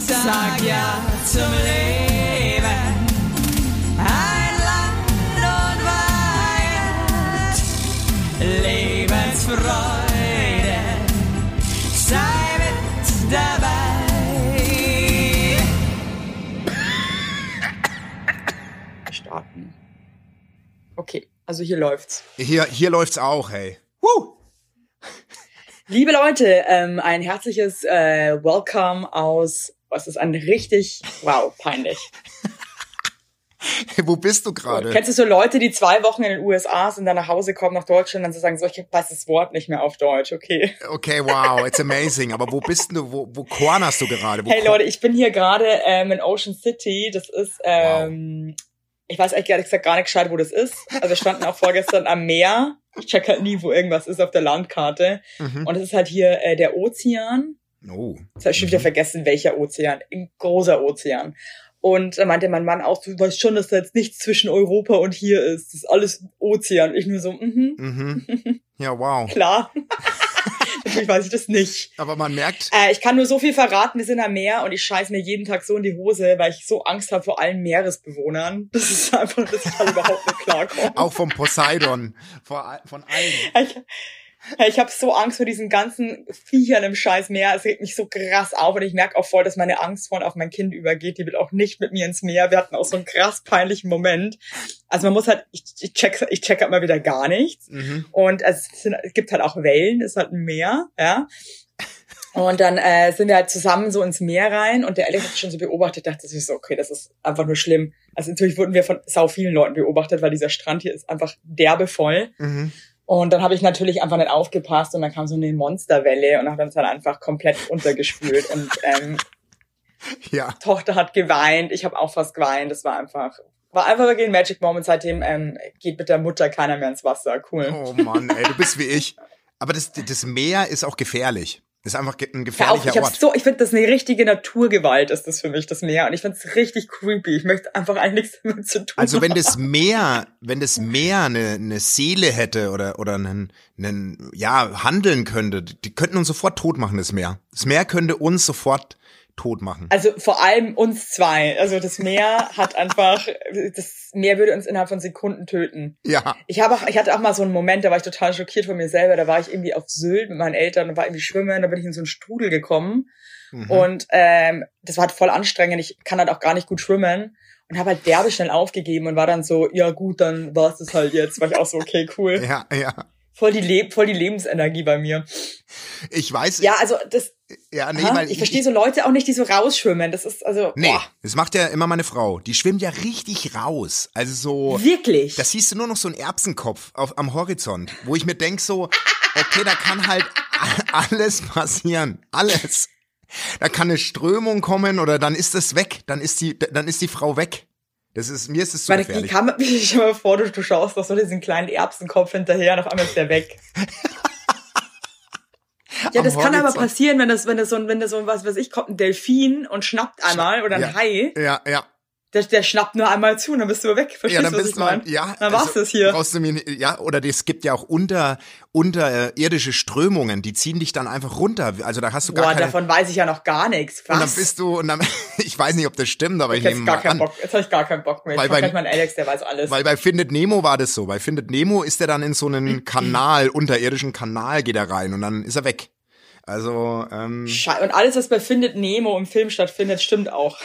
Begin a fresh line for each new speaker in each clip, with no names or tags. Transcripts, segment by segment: sag ja zum Leben. Ein Land und Wahrheit, Lebensfreude, sei mit dabei.
Starten. Okay, also hier läuft's.
Hier, hier läuft's auch, hey.
Liebe Leute, ähm, ein herzliches äh, Welcome aus, was ist ein richtig, wow, peinlich.
hey wo bist du gerade?
Kennst du so Leute, die zwei Wochen in den USA sind, dann nach Hause kommen, nach Deutschland, dann so sagen, so, ich weiß das Wort nicht mehr auf Deutsch, okay.
Okay, wow, it's amazing. Aber wo bist du? Wo, wo cornerst du gerade? Wo
Hey
ko-
Leute, ich bin hier gerade ähm, in Ocean City, das ist, ähm, ich weiß ehrlich gesagt gar nicht gescheit, wo das ist. Also wir standen auch vorgestern am Meer, ich check halt nie, wo irgendwas ist auf der Landkarte.
Mhm.
Und es ist halt hier äh, der Ozean.
Oh.
Jetzt habe ich schon wieder
Mhm.
vergessen, welcher Ozean. Ein großer Ozean. Und da meinte mein Mann auch, du weißt schon, dass da jetzt nichts zwischen Europa und hier ist. Das ist alles Ozean. Und ich nur so, mhm,
Mhm. Ja, wow.
klar. Natürlich weiß ich das nicht.
Aber man merkt,
Äh, ich kann nur so viel verraten, wir sind am Meer und ich scheiß mir jeden Tag so in die Hose, weil ich so Angst habe vor allen Meeresbewohnern. Das ist einfach, dass ich da überhaupt nicht klarkomme.
auch vom Poseidon, vor all- von allen.
Ich, ich habe so Angst vor diesen ganzen Viechern im scheiß Meer. Es regt mich so krass auf und ich merke auch voll, dass meine Angst von auf mein Kind übergeht. Die will auch nicht mit mir ins Meer. Wir hatten auch so einen krass peinlichen Moment. Also man muss halt, ich, ich check, ich check halt mal wieder gar nichts.
Mhm.
Und es, sind, es gibt halt auch Wellen, es ist halt ein Meer, ja. Und dann äh, sind wir halt zusammen so ins Meer rein und der Alex hat schon so beobachtet, dachte sich so, okay, das ist einfach nur schlimm. Also natürlich wurden wir von sau vielen Leuten beobachtet, weil dieser Strand hier ist einfach derbe voll.
Mhm.
Und dann habe ich natürlich einfach nicht aufgepasst und dann kam so eine Monsterwelle und hat uns dann einfach komplett untergespült. Und ähm,
Ja.
Tochter hat geweint, ich habe auch fast geweint. Das war einfach, war einfach wirklich ein Magic Moment. Seitdem ähm, geht mit der Mutter keiner mehr ins Wasser. Cool.
Oh Mann, ey, du bist wie ich. Aber das, das Meer ist auch gefährlich. Ist einfach ge- ein
Hör auf,
gefährlicher
ich hab
Ort.
so, ich finde das eine richtige Naturgewalt ist das für mich das Meer und ich find's richtig creepy. Ich möchte einfach eigentlich nichts damit zu tun.
Also wenn das Meer, wenn das Meer eine, eine Seele hätte oder oder einen, einen ja handeln könnte, die könnten uns sofort tot machen. Das Meer, das Meer könnte uns sofort tot machen.
Also vor allem uns zwei. Also das Meer hat einfach, das Meer würde uns innerhalb von Sekunden töten.
Ja,
Ich habe auch, ich hatte auch mal so einen Moment, da war ich total schockiert von mir selber. Da war ich irgendwie auf Sylt mit meinen Eltern und war irgendwie schwimmen, da bin ich in so einen Strudel gekommen
Mhm.
und ähm, das war halt voll anstrengend. Ich kann halt auch gar nicht gut schwimmen und habe halt derbe schnell aufgegeben und war dann so, ja gut, dann war es das halt jetzt. War ich auch so, okay, cool.
ja, ja.
Voll die Le voll die Lebensenergie bei mir.
Ich weiß.
Ja, also das,
ja nee,
ha,
weil
ich verstehe so Leute auch nicht, die so rausschwimmen. Das ist also
Nee,
boah,
das macht ja immer meine Frau. Die schwimmt ja richtig raus. Also so.
wirklich.
Da siehst du nur noch so einen Erbsenkopf auf, am Horizont, wo ich mir denk so, okay, da kann halt a- alles passieren. Alles. Da kann eine Strömung kommen oder dann ist das weg. Dann ist die, dann ist die Frau weg. Das ist, mir ist es zu
Weil die
gefährlich.
kam ich mal vor, du, du schaust doch so diesen kleinen Erbsenkopf hinterher und auf einmal ist der weg. ja,
Am
das kann aber
Horizont.
passieren, wenn das, wenn das so ein, wenn das so ein, was weiß ich, kommt ein Delfin und schnappt einmal oder ein
ja.
Hai,
Ja, ja.
der, der schnappt nur einmal zu und dann bist du weg. Verstehst
Ja, dann
du, was
bist
ich
du,
meine?
ja.
Dann war's
also
das hier.
Brauchst du mir, nicht- ja, oder es gibt ja auch unter, unterirdische Strömungen, die ziehen dich dann einfach runter. Also da hast du gar
Boah,
keine,
davon weiß ich ja noch gar nichts. Was?
Und dann bist du, und dann, ich weiß nicht, ob das stimmt, aber ich,
ich hab jetzt
nehme mal
gar keinen
an.
Bock, jetzt habe ich gar keinen Bock mehr.
Weil
ich frag
bei-
gleich meinen Alex, der weiß alles.
Weil bei Findet Nemo war das so. Bei Findet Nemo ist er dann in so einen Kanal, unterirdischen Kanal geht er rein und dann ist er weg. Also, ähm,
Schei- und alles, was bei Findet Nemo im Film stattfindet, stimmt auch.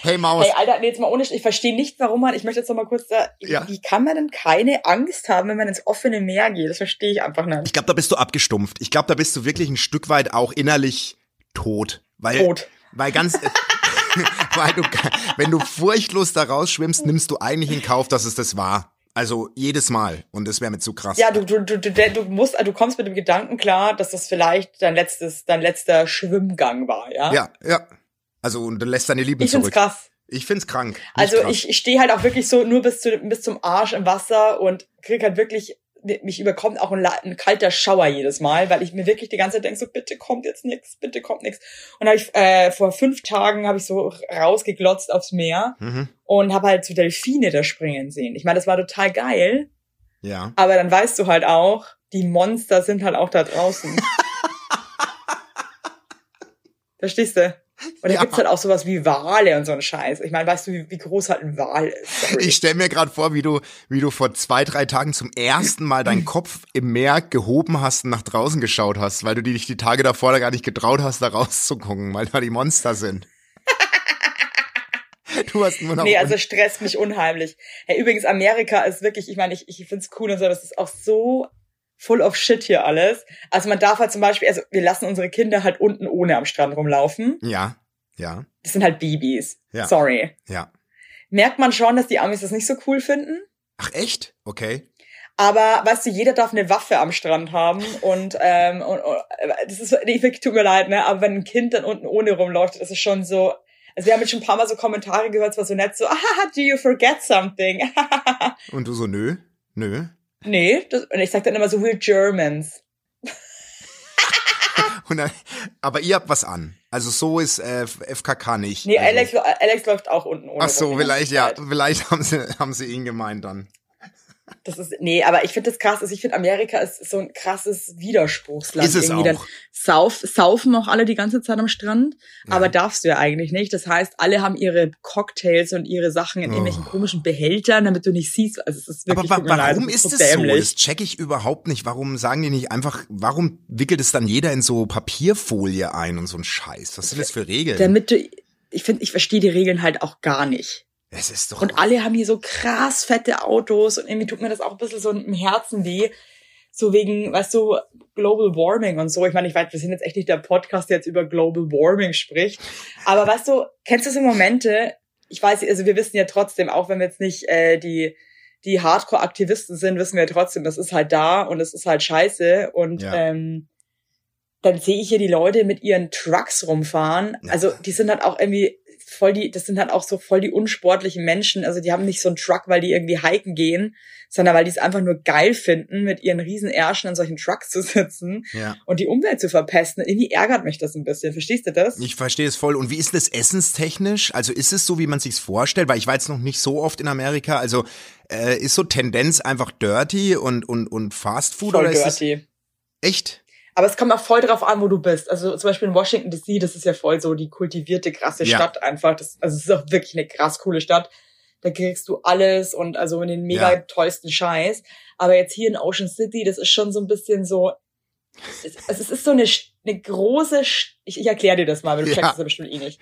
hey Maus,
Ey, Alter, nee, jetzt mal ohne, Sch- ich verstehe nicht, warum man, ich möchte jetzt noch mal kurz da,
Ja.
wie kann man denn keine Angst haben, wenn man ins offene Meer geht? Das verstehe ich einfach nicht.
ich glaube, da bist du abgestumpft. Ich glaube, da bist du wirklich ein Stück weit auch innerlich tot. Weil,
Tot.
Weil ganz, weil du, wenn du furchtlos da rausschwimmst, nimmst du eigentlich in Kauf, dass es das war. Also jedes Mal. Und das wäre mir zu krass.
Ja, du, du, du, du, du musst, du kommst mit dem Gedanken klar, dass das vielleicht dein letztes, dein letzter Schwimmgang war, ja?
Ja, ja. Also, und dann lässt deine Lieben
Ich find's
zurück.
krass.
Ich find's krank. Nicht
Also
krass.
ich, ich stehe halt auch wirklich so nur bis, zu, bis zum Arsch im Wasser und krieg halt wirklich, mich überkommt auch ein, la- ein kalter Schauer jedes Mal, weil ich mir wirklich die ganze Zeit denke, so bitte kommt jetzt nichts, bitte kommt nichts. Und habe ich äh, vor fünf Tagen habe ich so rausgeglotzt aufs Meer
Mhm.
und habe halt so Delfine da springen sehen. Ich meine, das war total geil,
Ja.
aber dann weißt du halt auch, die Monster sind halt auch da draußen. Verstehst du? Und da
Ja.
gibt's halt auch sowas wie Wale und so einen Scheiß. Ich meine, weißt du, wie, wie groß halt ein Wal ist? Sorry.
Ich stelle mir gerade vor, wie du, wie du vor zwei, drei Tagen zum ersten Mal deinen Kopf im Meer gehoben hast und nach draußen geschaut hast, weil du dich die Tage davor da gar nicht getraut hast, da rauszugucken, weil da die Monster sind. Du hast nur noch.
Nee, also stresst mich unheimlich. Hey, übrigens, Amerika ist wirklich, ich meine, ich, ich find's cool und so, das ist auch so full of shit hier alles. Also man darf halt zum Beispiel, also wir lassen unsere Kinder halt unten ohne am Strand rumlaufen.
ja, ja,
Das sind halt Babys.
Ja.
Sorry.
ja.
Merkt man schon, dass die Amis das nicht so cool finden.
Ach echt? Okay.
Aber weißt du, jeder darf eine Waffe am Strand haben und, ähm, und, und äh, das ist nee, wirklich tut mir leid, ne? Aber wenn ein Kind dann unten ohne rumläuft, das ist schon so. Also wir haben jetzt schon ein paar Mal so Kommentare gehört, es war so nett, so, ah, do you forget something?
Und du so, nö, nö.
nee, das, und ich sag dann immer so, we're Germans.
Und dann, aber ihr habt was an. Also so ist äh, FKK nicht.
Nee,
also,
Alex, Alex läuft auch unten ohne.
Ach so,
rum die ganze
vielleicht ja,
Zeit.
vielleicht haben sie haben sie ihn gemeint dann.
Das ist, nee, aber ich finde das krass, also ich finde Amerika ist so ein krasses Widerspruchsland.
Ist es
irgendwie.
auch.
Dann sauf, saufen auch alle die ganze Zeit am Strand,
Ja.
aber darfst du ja eigentlich nicht. Das heißt, alle haben ihre Cocktails und ihre Sachen in irgendwelchen komischen Behältern, damit du nicht siehst. Also es ist
Oh. Aber
wirklich
wa
tut mir leid,
warum
es
ist es so?
dämlich.
Das check ich überhaupt nicht. Warum sagen die nicht einfach, warum wickelt es dann jeder in so Papierfolie ein und so ein Scheiß? Was sind das für Regeln?
Damit du, ich finde, ich verstehe die Regeln halt auch gar nicht.
Es ist doch.
Und alle haben hier so krass fette Autos und irgendwie tut mir das auch ein bisschen so im Herzen weh. So wegen, weißt du, Global Warming und so. Ich meine, ich weiß, wir sind jetzt echt nicht der Podcast, der jetzt über Global Warming spricht. Aber weißt du, kennst du so Momente? Ich weiß, also wir wissen ja trotzdem, auch wenn wir jetzt nicht äh, die, die Hardcore-Aktivisten sind, wissen wir trotzdem, das ist halt da und es ist halt scheiße. Und
Ja.
ähm, dann sehe ich hier die Leute mit ihren Trucks rumfahren.
Ja.
Also die sind halt auch irgendwie voll die, das sind halt auch so voll die unsportlichen Menschen. Also die haben nicht so einen Truck, weil die irgendwie hiken gehen, sondern weil die es einfach nur geil finden, mit ihren riesen Ärschen in solchen Trucks zu sitzen
ja.
und die Umwelt zu verpesten. Irgendwie ärgert mich das ein bisschen. Verstehst du das?
Ich verstehe es voll. Und wie ist das essenstechnisch? Also ist es so, wie man sich's vorstellt? Weil ich war jetzt noch nicht so oft in Amerika. Also äh, ist so Tendenz einfach dirty und und und Fast Food
voll
oder ist
dirty.
es echt?
Aber es kommt auch voll drauf an, wo du bist. Also zum Beispiel in Washington DC, das ist ja voll so die kultivierte, krasse
Ja.
Stadt einfach. Das, also es ist auch wirklich eine krass coole Stadt. Da kriegst du alles und also in den mega
Ja.
tollsten Scheiß. Aber jetzt hier in Ocean City, das ist schon so ein bisschen so. Es, also es ist so eine, Sch- eine große. Sch- Ich, ich erkläre dir das mal, weil du
Ja.
checkst das ja bestimmt eh nicht.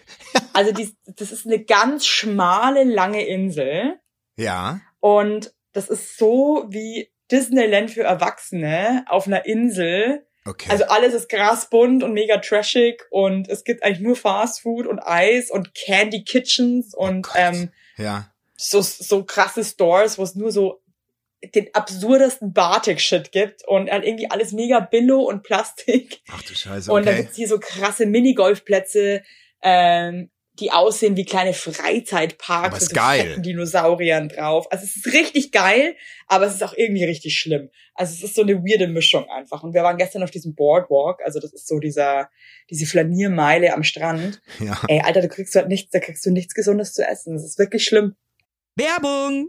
Also die, das ist eine ganz schmale, lange Insel.
Ja.
Und das ist so wie Disneyland für Erwachsene auf einer Insel.
Okay.
Also alles ist grasbunt und mega trashig und es gibt eigentlich nur Fast Food und Eis und Candy Kitchens und
Oh Gott.
ähm,
ja.
so, so krasse Stores, wo es nur so den absurdesten Batik-Shit gibt und halt irgendwie alles mega Billo und Plastik.
Ach du Scheiße.
Und dann
Okay.
gibt's hier so krasse Minigolfplätze, ähm, die aussehen wie kleine Freizeitparks
Aber ist
mit so
geil.
fetten Dinosauriern drauf. Also es ist richtig geil, aber es ist auch irgendwie richtig schlimm. Also es ist so eine weirde Mischung einfach. Und wir waren gestern auf diesem Boardwalk, also das ist so dieser, diese Flaniermeile am Strand.
ja.
Ey, Alter, du kriegst halt nichts, da kriegst du nichts Gesundes zu essen. Das ist wirklich schlimm.
Werbung!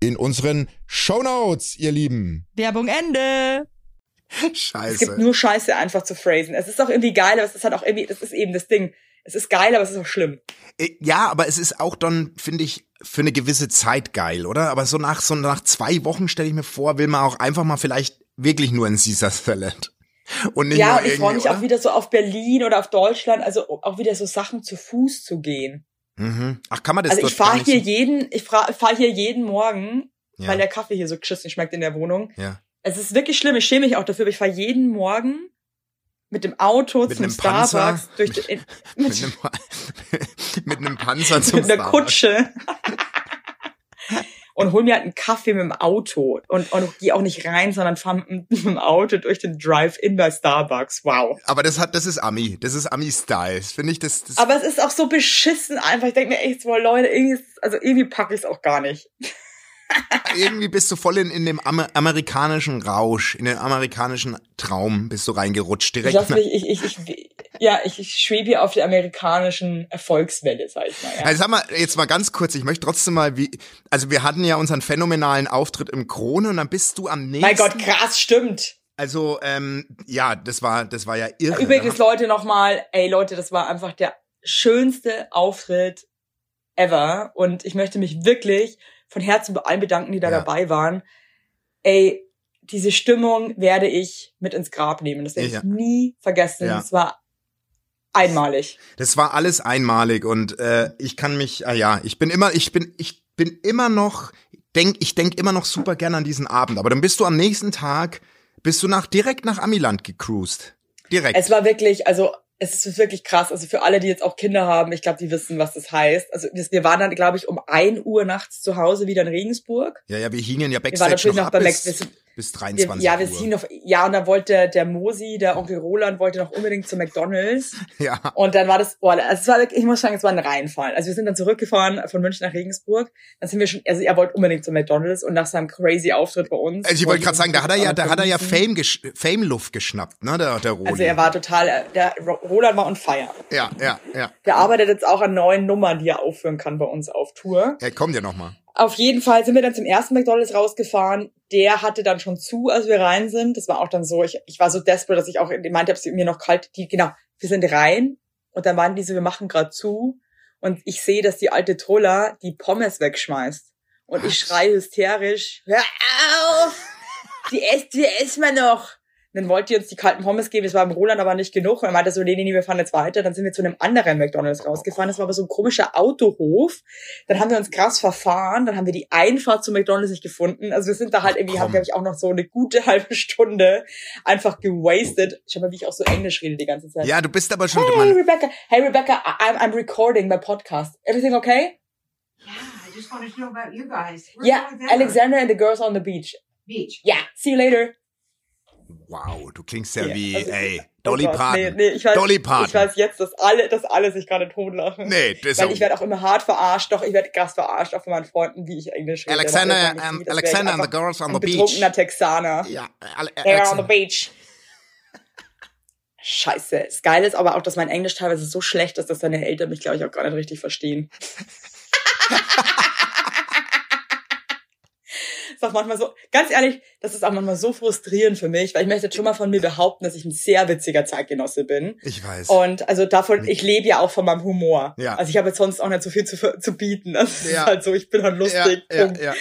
in unseren Shownotes, ihr Lieben.
Werbung Ende.
Scheiße.
Es gibt nur Scheiße einfach zu phrasen. Es ist auch irgendwie geil, aber es ist halt auch irgendwie, das ist eben das Ding. Es ist geil, aber es ist auch schlimm.
Äh, Ja, aber es ist auch dann, finde ich, für eine gewisse Zeit geil, oder? Aber so nach, so nach zwei Wochen stelle ich mir vor, will man auch einfach mal vielleicht wirklich nur ein Caesar Salad. Und nicht
ja,
nur
und ich freue
irgendwie,
mich
oder?
auch wieder so auf Berlin oder auf Deutschland, also auch wieder so Sachen zu Fuß zu gehen.
Mhm. Ach, kann man das
Also
dort
ich
gar
fahre
nicht
hier
so-
jeden, ich fahre hier jeden Morgen,
ja.
weil der Kaffee hier so geschissen schmeckt in der Wohnung.
ja.
Es ist wirklich schlimm, ich schäme mich auch dafür, aber ich fahre jeden Morgen mit dem Auto
Mit
zum
einem Panzer?
Starbucks durch die, in,
Mit,
mit,
einem, mit einem Panzer zum
mit einer
Starbucks.
Kutsche. und hol mir halt einen Kaffee mit dem Auto und, und geh auch nicht rein, sondern fahr mit, mit dem Auto durch den Drive-In bei Starbucks. Wow.
Aber das hat, das ist Ami. Das ist Ami-Style. Das Finde ich, das, das
Aber es ist auch so beschissen einfach. Ich denke mir echt, boah, Leute, irgendwie, ist, also irgendwie packe ich es auch gar nicht.
irgendwie bist du voll in, in dem Amer amerikanischen Rausch, in den amerikanischen Traum bist du reingerutscht.
Ich
Direkt
lass
nach-
mich, ich, ich, ich, ja, ich, ich schwebe hier auf der amerikanischen Erfolgswelle, sag ich mal. Ja.
Also sag mal, jetzt mal ganz kurz, ich möchte trotzdem mal, wie, also wir hatten ja unseren phänomenalen Auftritt im Krone und dann bist du am nächsten.
mein Gott, krass, stimmt.
Also, ähm, ja, das war, das war ja irre. ne?
Übrigens, Leute, nochmal, ey Leute, das war einfach der schönste Auftritt ever. Und ich möchte mich wirklich von Herzen bei allen bedanken, die da
Ja.
dabei waren. Ey, diese Stimmung werde ich mit ins Grab nehmen. Das werde
Ja.
ich nie vergessen.
Ja.
Das war einmalig.
Das war alles einmalig und äh, ich kann mich, ah ja, ich bin immer, ich bin, ich bin immer noch, denk, ich denk immer noch super gerne an diesen Abend. Aber dann bist du am nächsten Tag, bist du nach direkt nach Amiland gecruised. Direkt.
Es war wirklich, also es ist wirklich krass. Also für alle, die jetzt auch Kinder haben, ich glaube, die wissen, was das heißt. Also wir wir waren dann, glaube ich, um 1 Uhr nachts zu Hause wieder in Regensburg.
ja, ja, wir hingen ja
Wir waren
Backstage
natürlich
noch
noch
ab
bei Max. Wir
bis,
sind,
bis
wir,
23
ja, wir
Uhr.
sind noch, ja, und dann wollte der, der Mosi, der Onkel Roland, wollte noch unbedingt zu McDonalds.
Ja,
Und dann war das, boah, also es war wirklich, ich muss sagen, es war ein Reinfall. Also wir sind dann zurückgefahren von München nach Regensburg. Dann sind wir schon, also er wollte unbedingt zu McDonalds und nach seinem crazy Auftritt bei uns.
also ich wollte gerade sagen, da hat er ja,
uns
da hat er ja
verwiesen.
Fame, gesch- Fame-Luft geschnappt, ne, der, der Roli.
Also er war total, der Roland war on fire.
ja, ja, ja.
Der arbeitet jetzt auch an neuen Nummern, die er aufführen kann bei uns auf Tour.
Er kommt ja nochmal.
Auf jeden Fall sind wir dann zum ersten McDonalds rausgefahren. Der hatte dann schon zu, als wir rein sind. Das war auch dann so, ich, ich war so desperate, dass ich auch in- meinte, ob sie mir noch kalt, die, genau, wir sind rein. Und dann waren die so, wir machen gerade zu. Und ich sehe, dass die alte Troller die Pommes wegschmeißt. Und ich schreie hysterisch, hör auf! Die esst, die esst man noch! Und dann wollte die uns die kalten Pommes geben, das war im Roland aber nicht genug. Und er meinte so, nee, nee, nee, wir fahren jetzt weiter. Dann sind wir zu einem anderen McDonalds rausgefahren. Das war aber so ein komischer Autohof. Dann haben wir uns krass verfahren. Dann haben wir die Einfahrt zu McDonalds nicht gefunden. Also wir sind da halt irgendwie, haben,
komm.
glaube ich, auch noch so eine gute halbe Stunde einfach gewastet. Schau mal, wie ich auch so Englisch rede die ganze Zeit.
Ja, du bist aber schon,
Hey
man,
Rebecca, hey Rebecca, I- I'm, I'm recording my podcast. Everything okay?
Yeah, I just wanted to know about you guys. Where
Yeah,
are you at?
Alexandra and the girls on the beach.
Beach.
Yeah, see you later.
wow, du klingst ja
Ja,
wie,
also-
ey,
Oh
Dolly
Gott,
Parton.
Nee, nee, ich weiß,
Dolly Parton.
Ich weiß jetzt, dass alle, dass alle sich gerade totlachen.
Nee, das ist
Weil ich
auch,
werde auch immer hart verarscht, doch ich werde krass verarscht, auch von meinen Freunden, wie ich Englisch rede. Das
Alexander,
weiß man
um,
nicht, das wär ich
Alexander and the
einfach
girls on
ein
the beach.
betrunkener Texaner.
Ja,
They're on
Ale
the
Alexander.
beach. Scheiße. Das Geile ist aber auch, dass mein Englisch teilweise so schlecht ist, dass deine Eltern mich, glaube ich, auch gar nicht richtig verstehen. Das ist auch manchmal so, ganz ehrlich, das ist auch manchmal so frustrierend für mich, weil ich möchte jetzt schon mal von mir behaupten, dass ich ein sehr witziger Zeitgenosse bin.
Ich weiß.
Und also davon, ich lebe ja auch von meinem Humor.
Hm. Ja.
Also ich habe jetzt sonst auch nicht so viel zu, ver- zu bieten. Das
Ja.
ist halt so, ich bin halt lustig.
Ja, ja,
Punkt.
ja.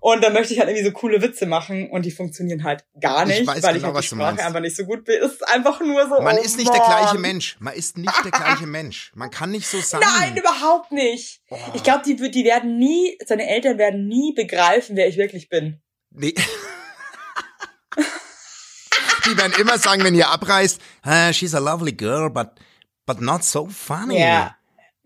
Und dann möchte ich halt irgendwie so coole Witze machen und die funktionieren halt gar
Ich
nicht,
weiß
weil ich halt
genau,
die
was du
Sprache
meinst.
einfach nicht so gut bin. Es ist einfach nur so.
Man
oh
ist nicht der gleiche
Mann.
Mensch. Man ist nicht der gleiche Mensch. Man kann nicht so sein.
Nein, überhaupt nicht. Ich glaube, die, wür- die werden nie, seine Eltern werden nie begreifen, wer ich wirklich bin.
Nee. Die werden immer sagen, wenn ihr abreist, "Ah, she's a lovely girl, but, but not so funny.
Ja.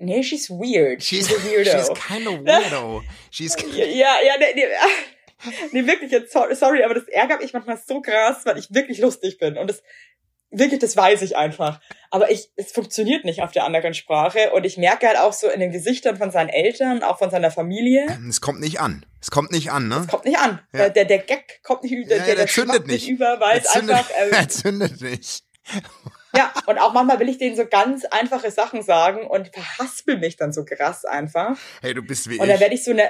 Nee, she's weird.
She's,
She's, a weirdo.
she's kind of weirdo. She's
Ja, ja, ja, nee, nee. Nee, wirklich jetzt, so- sorry, aber das ärgert mich manchmal so krass, weil ich wirklich lustig bin. Und das, wirklich, das weiß ich einfach. Aber ich, es funktioniert nicht auf der anderen Sprache. Und ich merke halt auch so in den Gesichtern von seinen Eltern, auch von seiner Familifamilie,
es kommt nicht an. Es kommt nicht an, ne?
kommt nicht an.
Ja.
Der, der Gag kommt nicht, über,
Ja, ja,
der,
der
der
zündet
schwappt
nicht.
über, weil es
zündet,
einfach, äh,
er zündet nicht.
ja. Und auch manchmal will ich denen so ganz einfache Sachen sagen und verhaspel mich dann so krass einfach.
Hey, du bist wie
Und
ich.
dann werde ich so eine,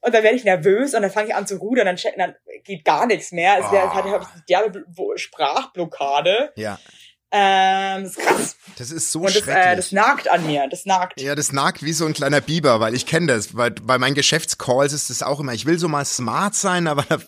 und dann werde ich nervös und dann fange ich an zu rudern, dann, check- dann geht gar nichts mehr. Es wäre
Ah.
hat ich eine derbe Bl- Sprachblockade.
Ja,
Ähm, das ist krass.
das ist so
Und das,
schrecklich.
äh, das nagt an mir, das nagt.
Ja, das nagt wie so ein kleiner Biber, weil ich kenne das. Weil bei meinen Geschäftscalls ist das auch immer. Ich will so mal smart sein, aber da,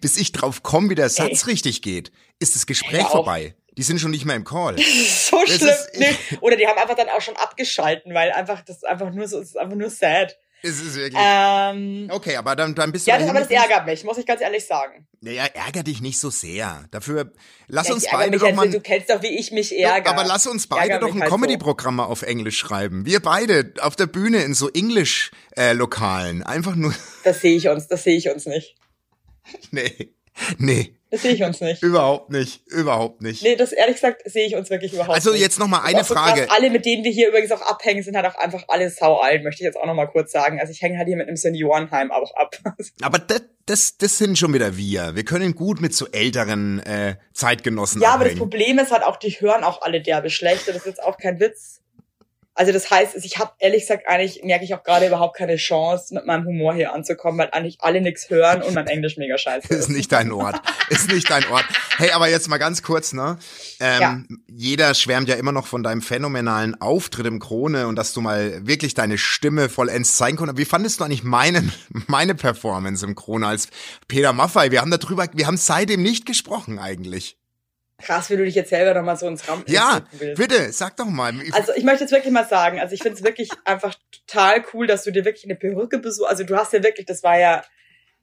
bis ich drauf komme, wie der Satz richtig geht, ist das Gespräch
Ja, auch.
vorbei. Die sind schon nicht mehr im Call.
So
Das
schlimm.
ist-
nee. Oder die haben einfach dann auch schon abgeschalten, weil einfach das ist einfach nur so, es ist einfach nur sad.
Es ist wirklich.
Ähm,
Okay, aber dann, dann bist du.
ja, das,
dahin
aber das
gekommen.
ärgert mich, muss ich ganz ehrlich sagen.
Naja, ärger dich nicht so sehr. Dafür lass
Ja, ich
uns
ärgere
beide
mich halt
doch
jetzt,
mal.
du kennst doch, wie ich mich ärgere.
aber lass uns
Ich
beide
ärgere
doch
mich
ein
halt so.
Comedy-Programm mal auf Englisch schreiben. Wir beide auf der Bühne in so Englisch-Lokalen. Einfach nur.
Das sehe ich uns, das sehe ich uns nicht.
Nee. Nee.
Das sehe ich uns nicht.
Überhaupt nicht. Überhaupt nicht.
Nee, das ehrlich gesagt sehe ich uns wirklich überhaupt
Also
nicht.
jetzt noch mal
Ist
eine
auch so
Frage.
Krass, alle, mit denen wir hier übrigens auch abhängen, sind halt auch einfach alle sau alt, möchte ich jetzt auch noch mal kurz sagen. Also ich hänge halt hier mit einem Seniorenheim auch ab.
Aber das, das, das sind schon wieder wir. Wir können gut mit so älteren äh, Zeitgenossen
ja, aber das
abhängen.
Problem ist halt auch, die hören auch alle derbe schlecht und das ist jetzt auch kein Witz. Also das heißt, ich habe ehrlich gesagt eigentlich, merke ich auch gerade überhaupt keine Chance, mit meinem Humor hier anzukommen, weil eigentlich alle nichts hören und mein Englisch mega scheiße
ist
ist.
nicht dein Ort. Ist nicht dein Ort. Hey, aber jetzt mal ganz kurz, ne? Ähm,
Ja.
Jeder schwärmt ja immer noch von deinem phänomenalen Auftritt im Krone und dass du mal wirklich deine Stimme vollends zeigen konntest. Wie fandest du eigentlich meine, meine Performance im Krone als Peter Maffei? Wir haben darüber, wir haben seitdem nicht gesprochen eigentlich.
Krass, wie du dich jetzt selber noch mal so ins Rampen
Ja,
drücken willst.
bitte, sag doch mal.
Also ich möchte jetzt wirklich mal sagen, also ich finde es wirklich einfach total cool, dass du dir wirklich eine Perücke besuchst. Also du hast ja wirklich, das war ja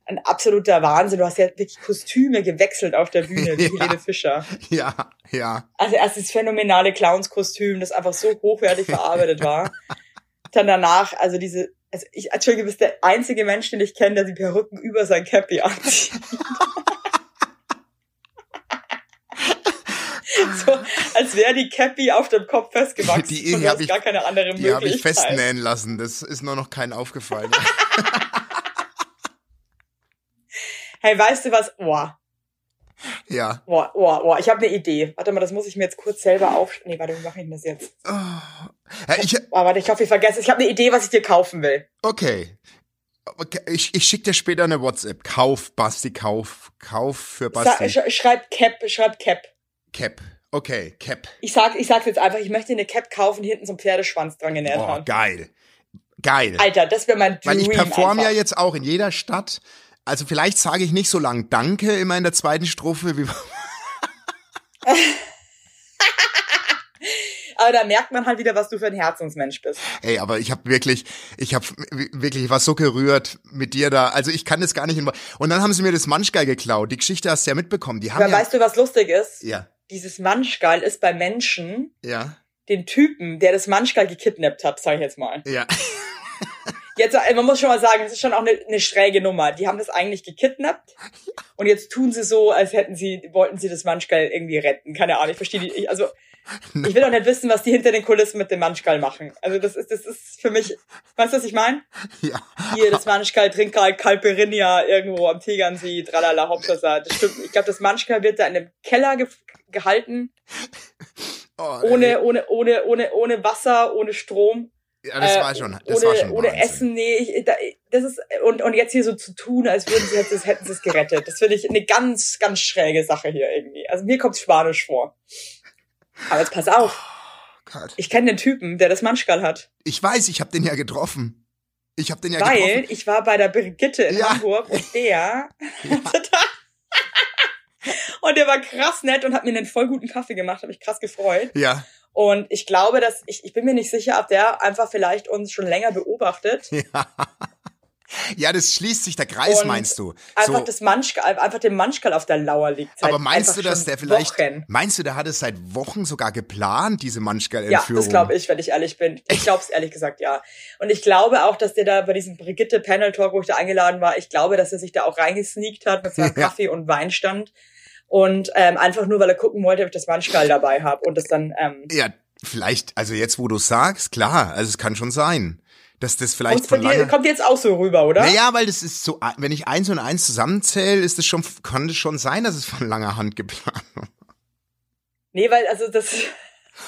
ein absoluter Wahnsinn. Du hast ja wirklich Kostüme gewechselt auf der Bühne, wie
Ja.
Helene Fischer.
ja, ja.
Also erst das phänomenale Clownskostüm, das einfach so hochwertig verarbeitet war. Dann danach, also diese, also ich, Entschuldige, du bist der einzige Mensch, den ich kenne, der die Perücken über sein Cappy anzieht. so, als wäre die Cappy auf dem Kopf festgewachsen.
Die
und du
hab
hast
ich-
gar keine andere
Die
Möglichkeit.
habe ich festnähen lassen. Das ist nur noch keinen aufgefallen.
Hey, weißt du was? Boah,
ja.
boah, boah, boah. Ich habe eine Idee. Warte mal, das muss ich mir jetzt kurz selber auf. Nee, warte, wie mache ich denn das jetzt?
Oh. Ja, Ich,
Oh, warte, ich hoffe, ich vergesse. es. Ich habe eine Idee, was ich dir kaufen will.
okay. okay. Ich, ich schicke dir später eine WhatsApp. Kauf, Basti, kauf. Kauf für
Sa
Basti.
sch schreib Cap, schreib Cap.
Cap. Okay, Cap.
Ich sag, ich sag's jetzt einfach, ich möchte eine Cap kaufen, die hinten so einen Pferdeschwanz dran genäht
Oh,
haben.
geil. Geil.
Alter, das wäre mein Dream.
Weil ich performe ja
einfach.
jetzt auch in jeder Stadt. Also vielleicht sage ich nicht so lang Danke immer in der zweiten Strophe wie
Aber da merkt man halt wieder, was du für ein Herzensmensch bist.
Ey, aber ich habe wirklich, ich habe wirklich, ich war so gerührt mit dir da. Also ich kann das gar nicht. In, und dann haben sie mir das Manschgeil geklaut. Die Geschichte hast du ja mitbekommen. Die haben
Aber
ja,
weißt du, was lustig ist?
ja,
Dieses Manschgeil ist bei Menschen
ja,
den Typen, der das Manschgeil gekidnappt hat, sag ich jetzt mal.
ja,
Jetzt, äh, man muss schon mal sagen, das ist schon auch eine, eine schräge Nummer. Die haben das eigentlich gekidnappt und jetzt tun sie so, als hätten sie, wollten sie das Manschgeil irgendwie retten. Keine Ahnung, ich verstehe die, ich, also ich will auch nicht wissen, was die hinter den Kulissen mit dem Manschgeil machen. Also das ist, das ist für mich, weißt du, was ich meine?
ja.
Hier, das Manschgeil trinkt halt Kalperinia irgendwo am Tegernsee, tralala, Hauptsache. Das stimmt. nicht. Ich glaube, das Manschgeil wird da in einem Keller ge gehalten,
Oh, ey,
ohne, ohne, ohne, ohne, ohne Wasser, ohne Strom.
ja, das
Äh,
war schon, das
ohne,
war schon
ohne
Wahnsinn.
Essen, nee, ich, da, das ist und und jetzt hier so zu tun, als würden sie jetzt, hätten sie es gerettet. Das finde ich eine ganz ganz schräge Sache hier irgendwie. Also mir kommt Spanisch vor. Aber jetzt pass auf,
Gott.
ich kenne den Typen, der das Manschgal hat,
Ich weiß, ich habe den ja getroffen. Ich habe den ja
weil
getroffen.
ich war bei der Brigitte in
Ja.
Hamburg und der und der war krass nett und hat mir einen voll guten Kaffee gemacht, habe mich krass gefreut.
Ja,
Und ich glaube, dass ich, ich bin mir nicht sicher, ob der einfach vielleicht uns schon länger beobachtet
ja, das schließt sich der Kreis,
Und
meinst du?
einfach
So,
das Manschkal, einfach dem Manschkal auf der Lauer liegt. Seit
aber meinst
einfach
du, dass
schon
der vielleicht,
Wochen.
meinst du, der hat es seit Wochen sogar geplant, diese
Ja,
Manschgeil-Entführung?
das glaube ich, wenn ich ehrlich bin. Ich glaube es ehrlich gesagt, ja. Und ich glaube auch, dass der da bei diesem Brigitte-Panel-Talk, wo ich da eingeladen war, ich glaube, dass er sich da auch reingesneakt hat mit seinem
Ja.
Kaffee und Weinstand. Und ähm, einfach nur, weil er gucken wollte, ob ich das Manschkal dabei habe und das dann ähm,
Ja, vielleicht, also jetzt, wo du sagst, klar, also es kann schon sein, dass das vielleicht
kommt's bei
von
dir,
lange...
kommt jetzt auch so rüber, oder?
Naja, weil das ist so, wenn ich eins und eins zusammenzähle, ist es schon, kann es schon sein, dass es von langer Hand geplant war.
Nee, weil also das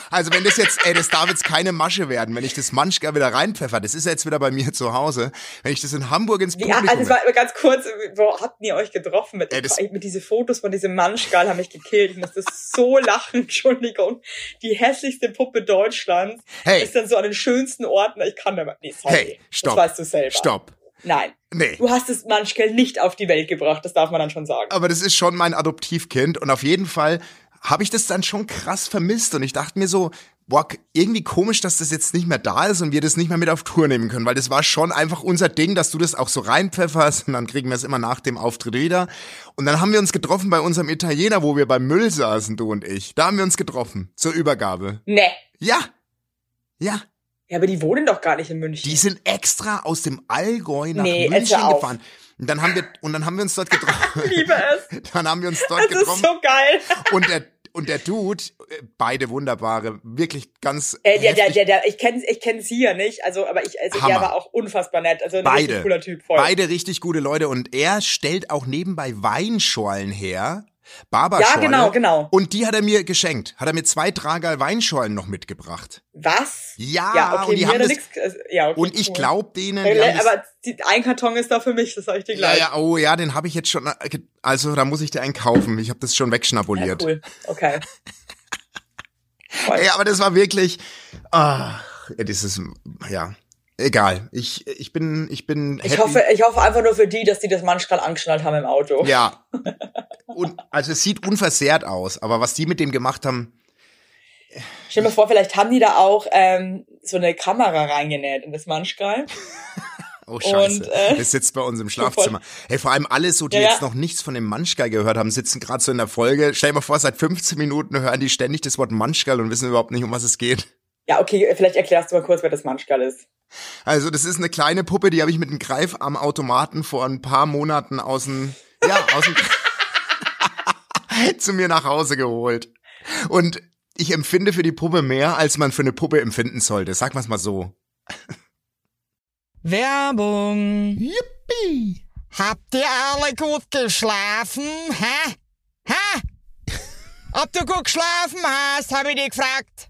Also wenn das jetzt, ey, das darf jetzt keine Masche werden, wenn ich das Manschka wieder reinpfeffer, das ist jetzt wieder bei mir zu Hause, wenn ich das in Hamburg ins
Wie, also
Publikum...
das war aber ganz kurz, wo habt ihr euch getroffen? Mit,
Ey, das-
mit diese Fotos von diesem Mannschgal haben mich gekillt. Ich musste so lachen, Entschuldigung. Die hässlichste Puppe Deutschlands
Hey.
ist dann so an den schönsten Orten. Ich kann aber nee, sorry.
hey, stopp.
Das weißt du selber.
Stopp.
Nein.
Nee.
Du hast das Manschgal nicht auf die Welt gebracht, das darf man dann schon sagen.
aber das ist schon mein Adoptivkind und auf jeden Fall habe ich das dann schon krass vermisst und ich dachte mir so, boah, irgendwie komisch, dass das jetzt nicht mehr da ist und wir das nicht mehr mit auf Tour nehmen können, weil das war schon einfach unser Ding, dass du das auch so reinpfefferst und dann kriegen wir es immer nach dem Auftritt wieder. Und dann haben wir uns getroffen bei unserem Italiener, wo wir beim Müll saßen, du und ich. Da haben wir uns getroffen zur Übergabe.
Nee.
Ja. Ja.
Ja, aber die wohnen doch gar nicht in München.
Die sind extra aus dem Allgäu nach
Nee, jetzt
München
hör auf.
gefahren. Und dann haben wir und dann haben wir uns dort
ich
getroffen.
liebe es.
dann haben wir uns dort
Das
getroffen.
ist so geil.
Und der, und der Dude, äh, beide wunderbare, wirklich ganz.
Äh, der, der,
heftig.
der, der, ich kenne ich kenn sie ja nicht, also, aber ich, also
Hammer.
er war auch unfassbar nett. Also ein richtig
beide.
cooler Typ voll.
Beide richtig gute Leute. Und er stellt auch nebenbei Weinschorlen her.
Ja,
Barberschorle.
genau, genau.
Und die hat er mir geschenkt. Hat er mir zwei Tragal Weinschorlen noch mitgebracht.
Was?
Ja,
Ja, okay,
und die
mir
haben
hat er
das,
nix, also, ja, okay,
Und ich
cool.
glaub denen. die haben
Äh,
das-
Aber die, ein Karton ist da für mich, das sag ich dir
ja,
gleich.
ja, oh ja, den habe ich jetzt schon. äh, ge- Also da muss ich dir einen kaufen. Ich habe das schon wegschnabuliert.
cool. Okay.
Ey, aber das war wirklich. Ah, das ist. Ja. Egal. Ich, ich bin. Ich bin.
Ich
happy.
hoffe, ich hoffe einfach nur für die, dass die das manchmal angeschnallt haben im Auto.
Ja. Und, also es sieht unversehrt aus, aber was die mit dem gemacht haben,
Stell dir vor, vielleicht haben die da auch ähm, so eine Kamera reingenäht in das Manschgal.
oh scheiße,
Und, äh,
das sitzt bei uns im Schlafzimmer. Hey, vor allem alle so, die
Ja, ja.
jetzt noch nichts von dem Manschgal gehört haben, sitzen gerade so in der Folge. Stell dir mal vor, seit 15 Minuten hören die ständig das Wort Manschgal und wissen überhaupt nicht, um was es geht.
Ja, okay, vielleicht erklärst du mal kurz, wer das Manschgal ist.
Also das ist eine kleine Puppe, die habe ich mit einem Greif am Automaten vor ein paar Monaten aus dem, ja, aus dem, zu mir nach Hause geholt. Und ich empfinde für die Puppe mehr, als man für eine Puppe empfinden sollte. Sag mal's mal so.
Werbung.
Yippie! Habt ihr alle gut geschlafen? Hä? Hä? Ob du gut geschlafen hast, habe ich dich gefragt.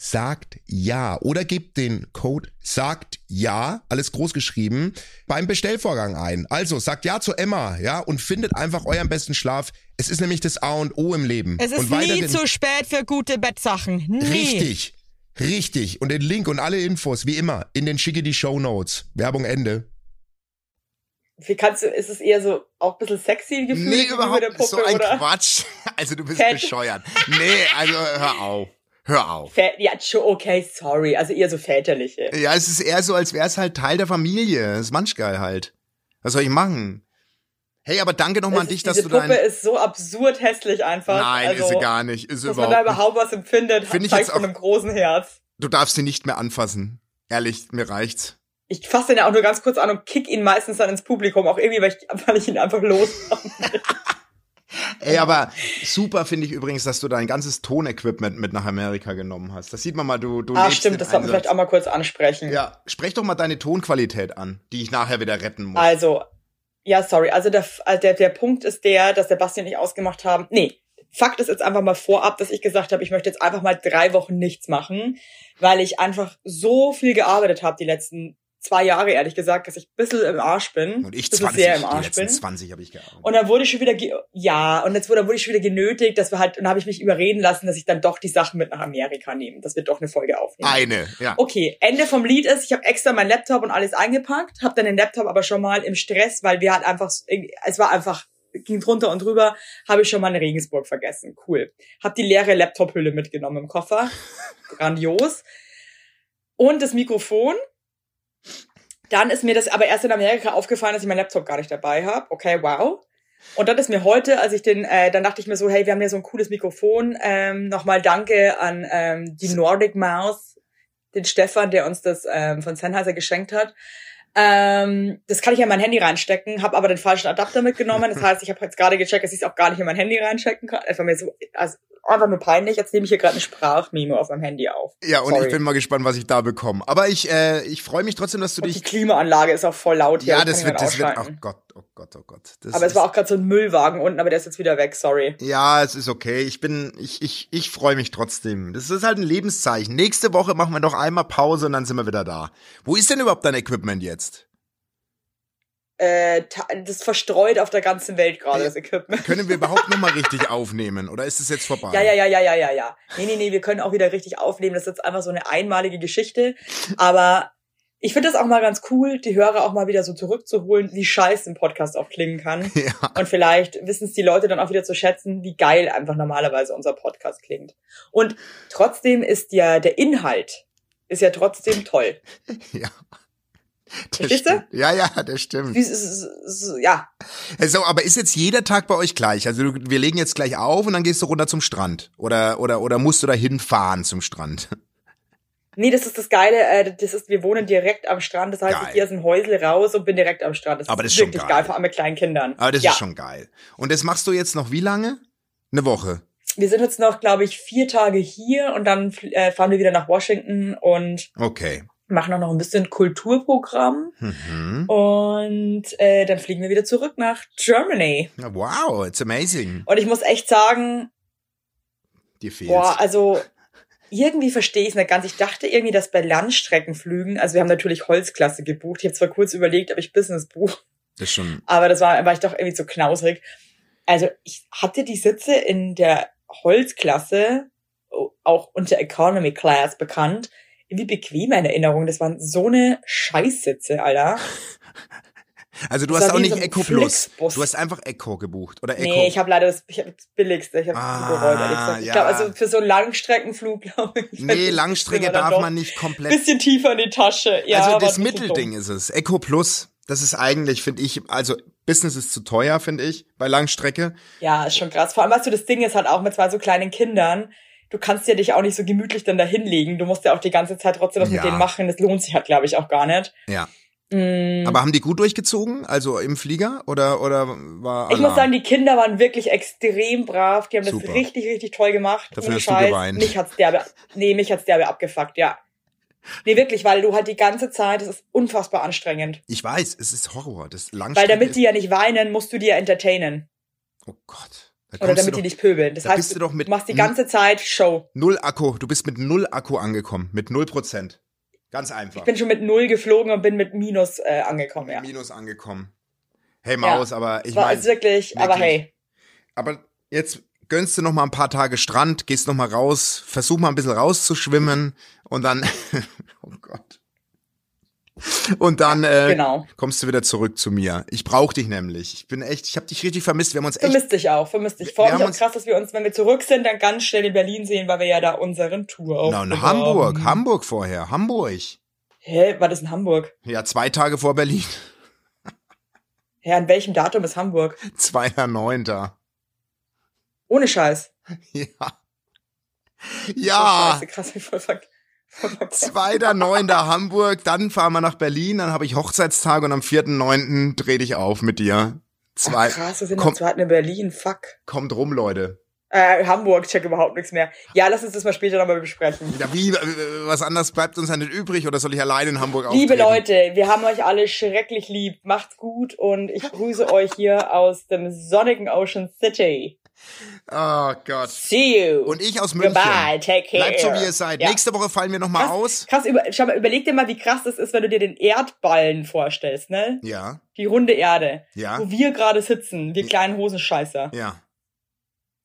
sagt ja oder gebt den Code sagt ja, alles groß geschrieben, beim Bestellvorgang ein. Also sagt ja zu Emma, ja, und findet einfach euren besten Schlaf. Es ist nämlich das A und O im Leben.
Es ist
und
nie
weiterhin-
zu spät für gute Bettsachen. Nie.
Richtig. Richtig. Und den Link und alle Infos, wie immer, in den schicke die Show Notes. Werbung Ende.
Wie kannst du, ist es eher so auch ein bisschen sexy gefühlt
Nee,
gegenüber
überhaupt
der
nicht. So
Puppe,
ein
oder?
Quatsch. Also du bist
Fett.
bescheuert. Nee, also hör auf. Hör auf.
Fä ja, tschu- okay, sorry. Also eher so väterliche.
Ja, es ist eher so, als wäre es halt Teil der Familie. Das ist manchmal halt. Was soll ich machen? Hey, aber danke nochmal an
Es
dich,
ist,
dass
diese
du
Puppe
dein...
ist so absurd hässlich einfach.
Nein,
also,
ist sie gar nicht. Ist
Dass man da
überhaupt nicht.
überhaupt was empfindet,
Find ich
zeigt
jetzt
von
auch-
einem großen Herz.
Du darfst sie nicht mehr anfassen. Ehrlich, mir reicht's.
Ich fasse den ja auch nur ganz kurz an und kick ihn meistens dann ins Publikum, auch irgendwie, weil ich, weil ich ihn einfach los habe.
Ey, aber super finde ich übrigens, dass du dein ganzes Tonequipment mit nach Amerika genommen hast. Das sieht man mal, du, du
Ah,
lebst den
stimmt, das sollten wir
Einsatz.
vielleicht auch mal kurz ansprechen.
Ja, sprech doch mal deine Tonqualität an, die ich nachher wieder retten muss.
Also, Ja, sorry. Also der, also der, der Punkt ist der, dass der Basti und ich ausgemacht haben. Nee, Fakt ist jetzt einfach mal vorab, dass ich gesagt habe, ich möchte jetzt einfach mal drei Wochen nichts machen, weil ich einfach so viel gearbeitet habe die letzten zwei Jahre, ehrlich gesagt, dass ich ein bisschen im Arsch bin.
Und ich
Bisschen
20,
sehr im
die
Arsch
letzten
bin.
20 habe ich gearbeitet.
Und dann wurde ich schon wieder, ge ja, und jetzt wurde, dann wurde ich schon wieder genötigt, dass wir halt, und dann habe ich mich überreden lassen, dass ich dann doch die Sachen mit nach Amerika nehme, dass wir doch eine Folge aufnehmen.
Eine, ja.
Okay, Ende vom Lied ist, ich habe extra meinen Laptop und alles eingepackt, habe dann den Laptop aber schon mal im Stress, weil wir halt einfach, es war einfach, ging drunter und drüber, habe ich schon mal in Regensburg vergessen. Cool. Habe die leere Laptophülle mitgenommen im Koffer. Grandios. Und das Mikrofon. Dann ist mir das aber erst in Amerika aufgefallen, dass ich meinen Laptop gar nicht dabei habe. Okay, wow. Und dann ist mir heute, als ich den, äh, dann dachte ich mir so, hey, wir haben ja so ein cooles Mikrofon. Ähm, Nochmal danke an ähm, die Nordic Mouse den Stefan, der uns das ähm, von Sennheiser geschenkt hat. Ähm, das kann ich ja in mein Handy reinstecken, habe aber den falschen Adapter mitgenommen. Das heißt, ich habe jetzt gerade gecheckt, dass ich es auch gar nicht in mein Handy reinstecken kann. Einfach mir so, also einfach nur peinlich. Jetzt nehme ich hier gerade eine Sprachmemo auf meinem Handy auf.
Ja, und
Sorry.
ich bin mal gespannt, was ich da bekomme. Aber ich, äh, ich freue mich trotzdem, dass du
Und die
dich.
Klimaanlage ist auch voll laut hier.
Ja,
kann
das
ich
wird,
nicht
das wird. Oh
ausschalten.
Gott, oh Gott, oh Gott. Das
aber es
ist-
war auch gerade so ein Müllwagen unten, aber der ist jetzt wieder weg. Sorry.
Ja, es ist okay. Ich bin, ich, ich, ich freue mich trotzdem. Das ist halt ein Lebenszeichen. Nächste Woche machen wir noch einmal Pause und dann sind wir wieder da. Wo ist denn überhaupt dein Equipment jetzt?
Äh, ta- das ist verstreut auf der ganzen Welt gerade das Equipment.
Können wir überhaupt noch mal richtig aufnehmen? Oder ist es jetzt vorbei?
Ja, ja, ja, ja, ja, ja, ja. Nee, nee, nee, wir können auch wieder richtig aufnehmen. Das ist jetzt einfach so eine einmalige Geschichte. Aber ich finde das auch mal ganz cool, die Hörer auch mal wieder so zurückzuholen, wie scheiße ein Podcast auch klingen kann.
Ja.
Und vielleicht wissen es die Leute dann auch wieder zu schätzen, wie geil einfach normalerweise unser Podcast klingt. Und trotzdem ist ja der Inhalt ist ja trotzdem toll.
ja. Der
Verstehst du?
stimmt. Ja, ja, das stimmt.
Wie- s- s- s- Ja,
Also, aber ist jetzt jeder Tag bei euch gleich? Also, du, wir legen jetzt gleich auf und dann gehst du runter zum Strand. Oder, oder, oder musst du da hinfahren zum Strand?
nee, das ist das Geile. äh, Das ist, wir wohnen direkt am Strand. Das heißt,
Geil.
ich gehe aus dem Häusl raus und bin direkt am Strand. Das
Aber
ist
das ist schon
wirklich
geil.
geil, vor allem mit kleinen Kindern.
Aber das
ja.
ist schon geil. Und das machst du jetzt noch wie lange? Eine Woche.
wir sind jetzt noch, glaube ich, vier Tage hier und dann äh, fahren wir wieder nach Washington und
Okay.
machen auch noch ein bisschen Kulturprogramm.
Mhm.
Und äh, dann fliegen wir wieder zurück nach Germany.
Na, Wow, it's amazing.
Und ich muss echt sagen,
Dir fehlt's.
boah, also irgendwie verstehe ich es nicht ganz. Ich dachte irgendwie, dass bei Landstreckenflügen, also wir haben natürlich Holzklasse gebucht. Ich habe zwar kurz überlegt, ob ich Business buche,
Das ist schon.
aber das war, war ich doch irgendwie zu knausrig. Also ich hatte die Sitze in der Holzklasse, auch unter Economy Class bekannt, irgendwie bequem in Erinnerung. Das waren so eine Scheißsitze, Alter.
Also du
Das
hast
war halt
auch
wie
nicht
so ein
Echo Plus.
Flixbus.
Du hast einfach Echo gebucht. Oder Echo.
Nee, ich habe leider das, ich hab das Billigste. Ich habe
Ah,
ah, bereut, ehrlich gesagt. Ich
ja.
glaub, also für so einen Langstreckenflug, glaube ich.
nee Langstrecke
sind wir dann
darf
doch
man nicht
Ein
komplett.
bisschen tiefer in die Tasche. Ja,
also
aber
das
ein bisschen
Mittelding ist es. Echo Plus. Das ist eigentlich, finde ich, also Business ist zu teuer, finde ich, bei Langstrecke.
Ja, ist schon krass. Vor allem, weißt du, das Ding ist halt auch mit zwei so kleinen Kindern, du kannst ja dich auch nicht so gemütlich dann da hinlegen. Du musst ja auch die ganze Zeit trotzdem was
Ja.
mit denen machen. Das lohnt sich halt, glaube ich, auch gar nicht.
Ja.
Mm.
Aber haben die gut durchgezogen? Also im Flieger? Oder, oder war.
ich muss
Alarm?
sagen, die Kinder waren wirklich extrem brav. Die haben
Super.
das richtig, richtig toll gemacht.
Dafür
Ohne
hast du
Scheiß.
geweint.
Mich hat's derbe, nee, mich hat's derbe abgefuckt, ja. Nee, wirklich, weil du halt die ganze Zeit, das ist unfassbar anstrengend.
Ich weiß, es ist Horror. Das Langstrecke.
Weil damit die
ist,
ja nicht weinen, musst du die ja entertainen.
Oh Gott. Da
Oder
kommst du
damit
doch-
die nicht pöbeln. Das
da
heißt,
bist du doch mit
machst die
n-
ganze Zeit Show.
Null Akku. Du bist mit null Akku angekommen. Mit null Prozent. Ganz einfach.
Ich bin schon mit null geflogen und bin mit Minus äh, angekommen, ja.
Minus angekommen. Hey Maus, aber ich
Es war
meine,
es wirklich, aber
wirklich.
hey,
aber jetzt gönnst du noch mal ein paar Tage Strand, gehst noch mal raus, versuch mal ein bisschen rauszuschwimmen und dann, oh Gott. Und dann äh,
genau.
kommst du wieder zurück zu mir. Ich brauche dich nämlich. Ich bin echt, ich habe dich richtig vermisst. Wir haben uns echt,
Vermisst dich auch, vermisst dich.
Wir-
Vor
wir
allem
haben
auch
uns-
krass, dass wir uns, wenn wir zurück sind, dann ganz schnell in Berlin sehen, weil wir ja da unseren Tour
na,
aufgenommen
in Hamburg, Hamburg vorher, Hamburg.
Hä, war das in Hamburg?
Ja, zwei Tage vor Berlin,
Hä, an welchem Datum ist Hamburg?
2.9.
Ohne Scheiß.
Ja.
Oh,
Ja.
Scheiße, krass, wie voll ver voll vergessen.
2.9. Hamburg, dann fahren wir nach Berlin, dann habe ich Hochzeitstag und am 4.9. dreh dich auf mit dir. Zwei,
Krass, wir sind
komm,
noch zweiten in Berlin, fuck.
kommt rum, Leute.
Äh, Hamburg, check überhaupt nichts mehr. Ja, lass uns das mal später nochmal besprechen.
Ja, wie, äh, was anderes bleibt uns ja nicht übrig oder soll ich allein in Hamburg auftreten?
Liebe Leute, wir haben euch alle schrecklich lieb. Macht's gut und ich grüße euch hier aus dem sonnigen Ocean City.
Oh Gott.
See you.
Und ich aus München.
Goodbye, take care.
Bleibt so, wie ihr seid.
Ja.
Nächste Woche fallen wir nochmal
krass,
aus.
Krass, über, schau mal, überleg dir mal, wie krass das ist, wenn du dir den Erdballen vorstellst, ne?
Ja,
Die runde Erde.
ja,
Wo wir gerade sitzen, wir kleinen Hosenscheißer.
ja,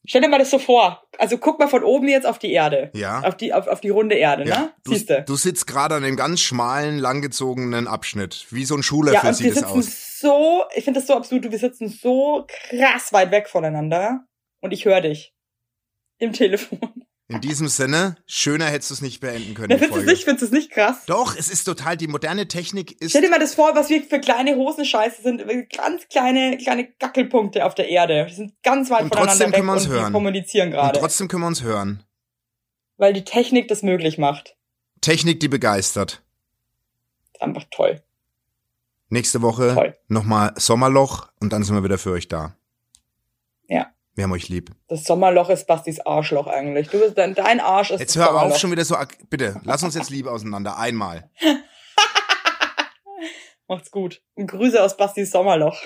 Stell dir mal das so vor. Also guck mal von oben jetzt auf die Erde.
ja.
Auf die, auf, auf die runde Erde, ne?
ja.
Siehst
Du,
du?
du sitzt gerade an dem ganz schmalen, langgezogenen Abschnitt. Wie so ein Schuhlöffel
Ja, und wir
sieht es
sitzen
aus.
so, ich finde das so absurd, du, wir sitzen so krass weit weg voneinander und ich höre dich. Im Telefon.
In diesem Sinne, schöner hättest du es nicht beenden können.
Na,
die
findest du es
Folge.
nicht, findest du es nicht krass?
Doch, es ist total, die moderne Technik ist
Stell dir mal das vor, was wir für kleine Hosenscheiße sind. wir sind Ganz kleine, kleine Gackelpunkte auf der Erde. Wir sind ganz weit
Und
voneinander
trotzdem
weg
können wir uns
und wir
hören.
kommunizieren
und
gerade.
trotzdem können wir uns hören.
Weil die Technik das möglich macht.
Technik, die begeistert.
Ist Einfach toll.
Nächste Woche
Toll.
nochmal Sommerloch und dann sind wir wieder für euch da.
Ja.
Wir haben euch lieb.
Das Sommerloch ist Bastis Arschloch eigentlich. Du bist dein, dein Arsch ist
Jetzt
das
hör aber
Sommerloch.
auf schon wieder so. ak- Bitte, lass uns jetzt Liebe auseinander. Einmal.
Macht's gut. Und Grüße aus Bastis Sommerloch.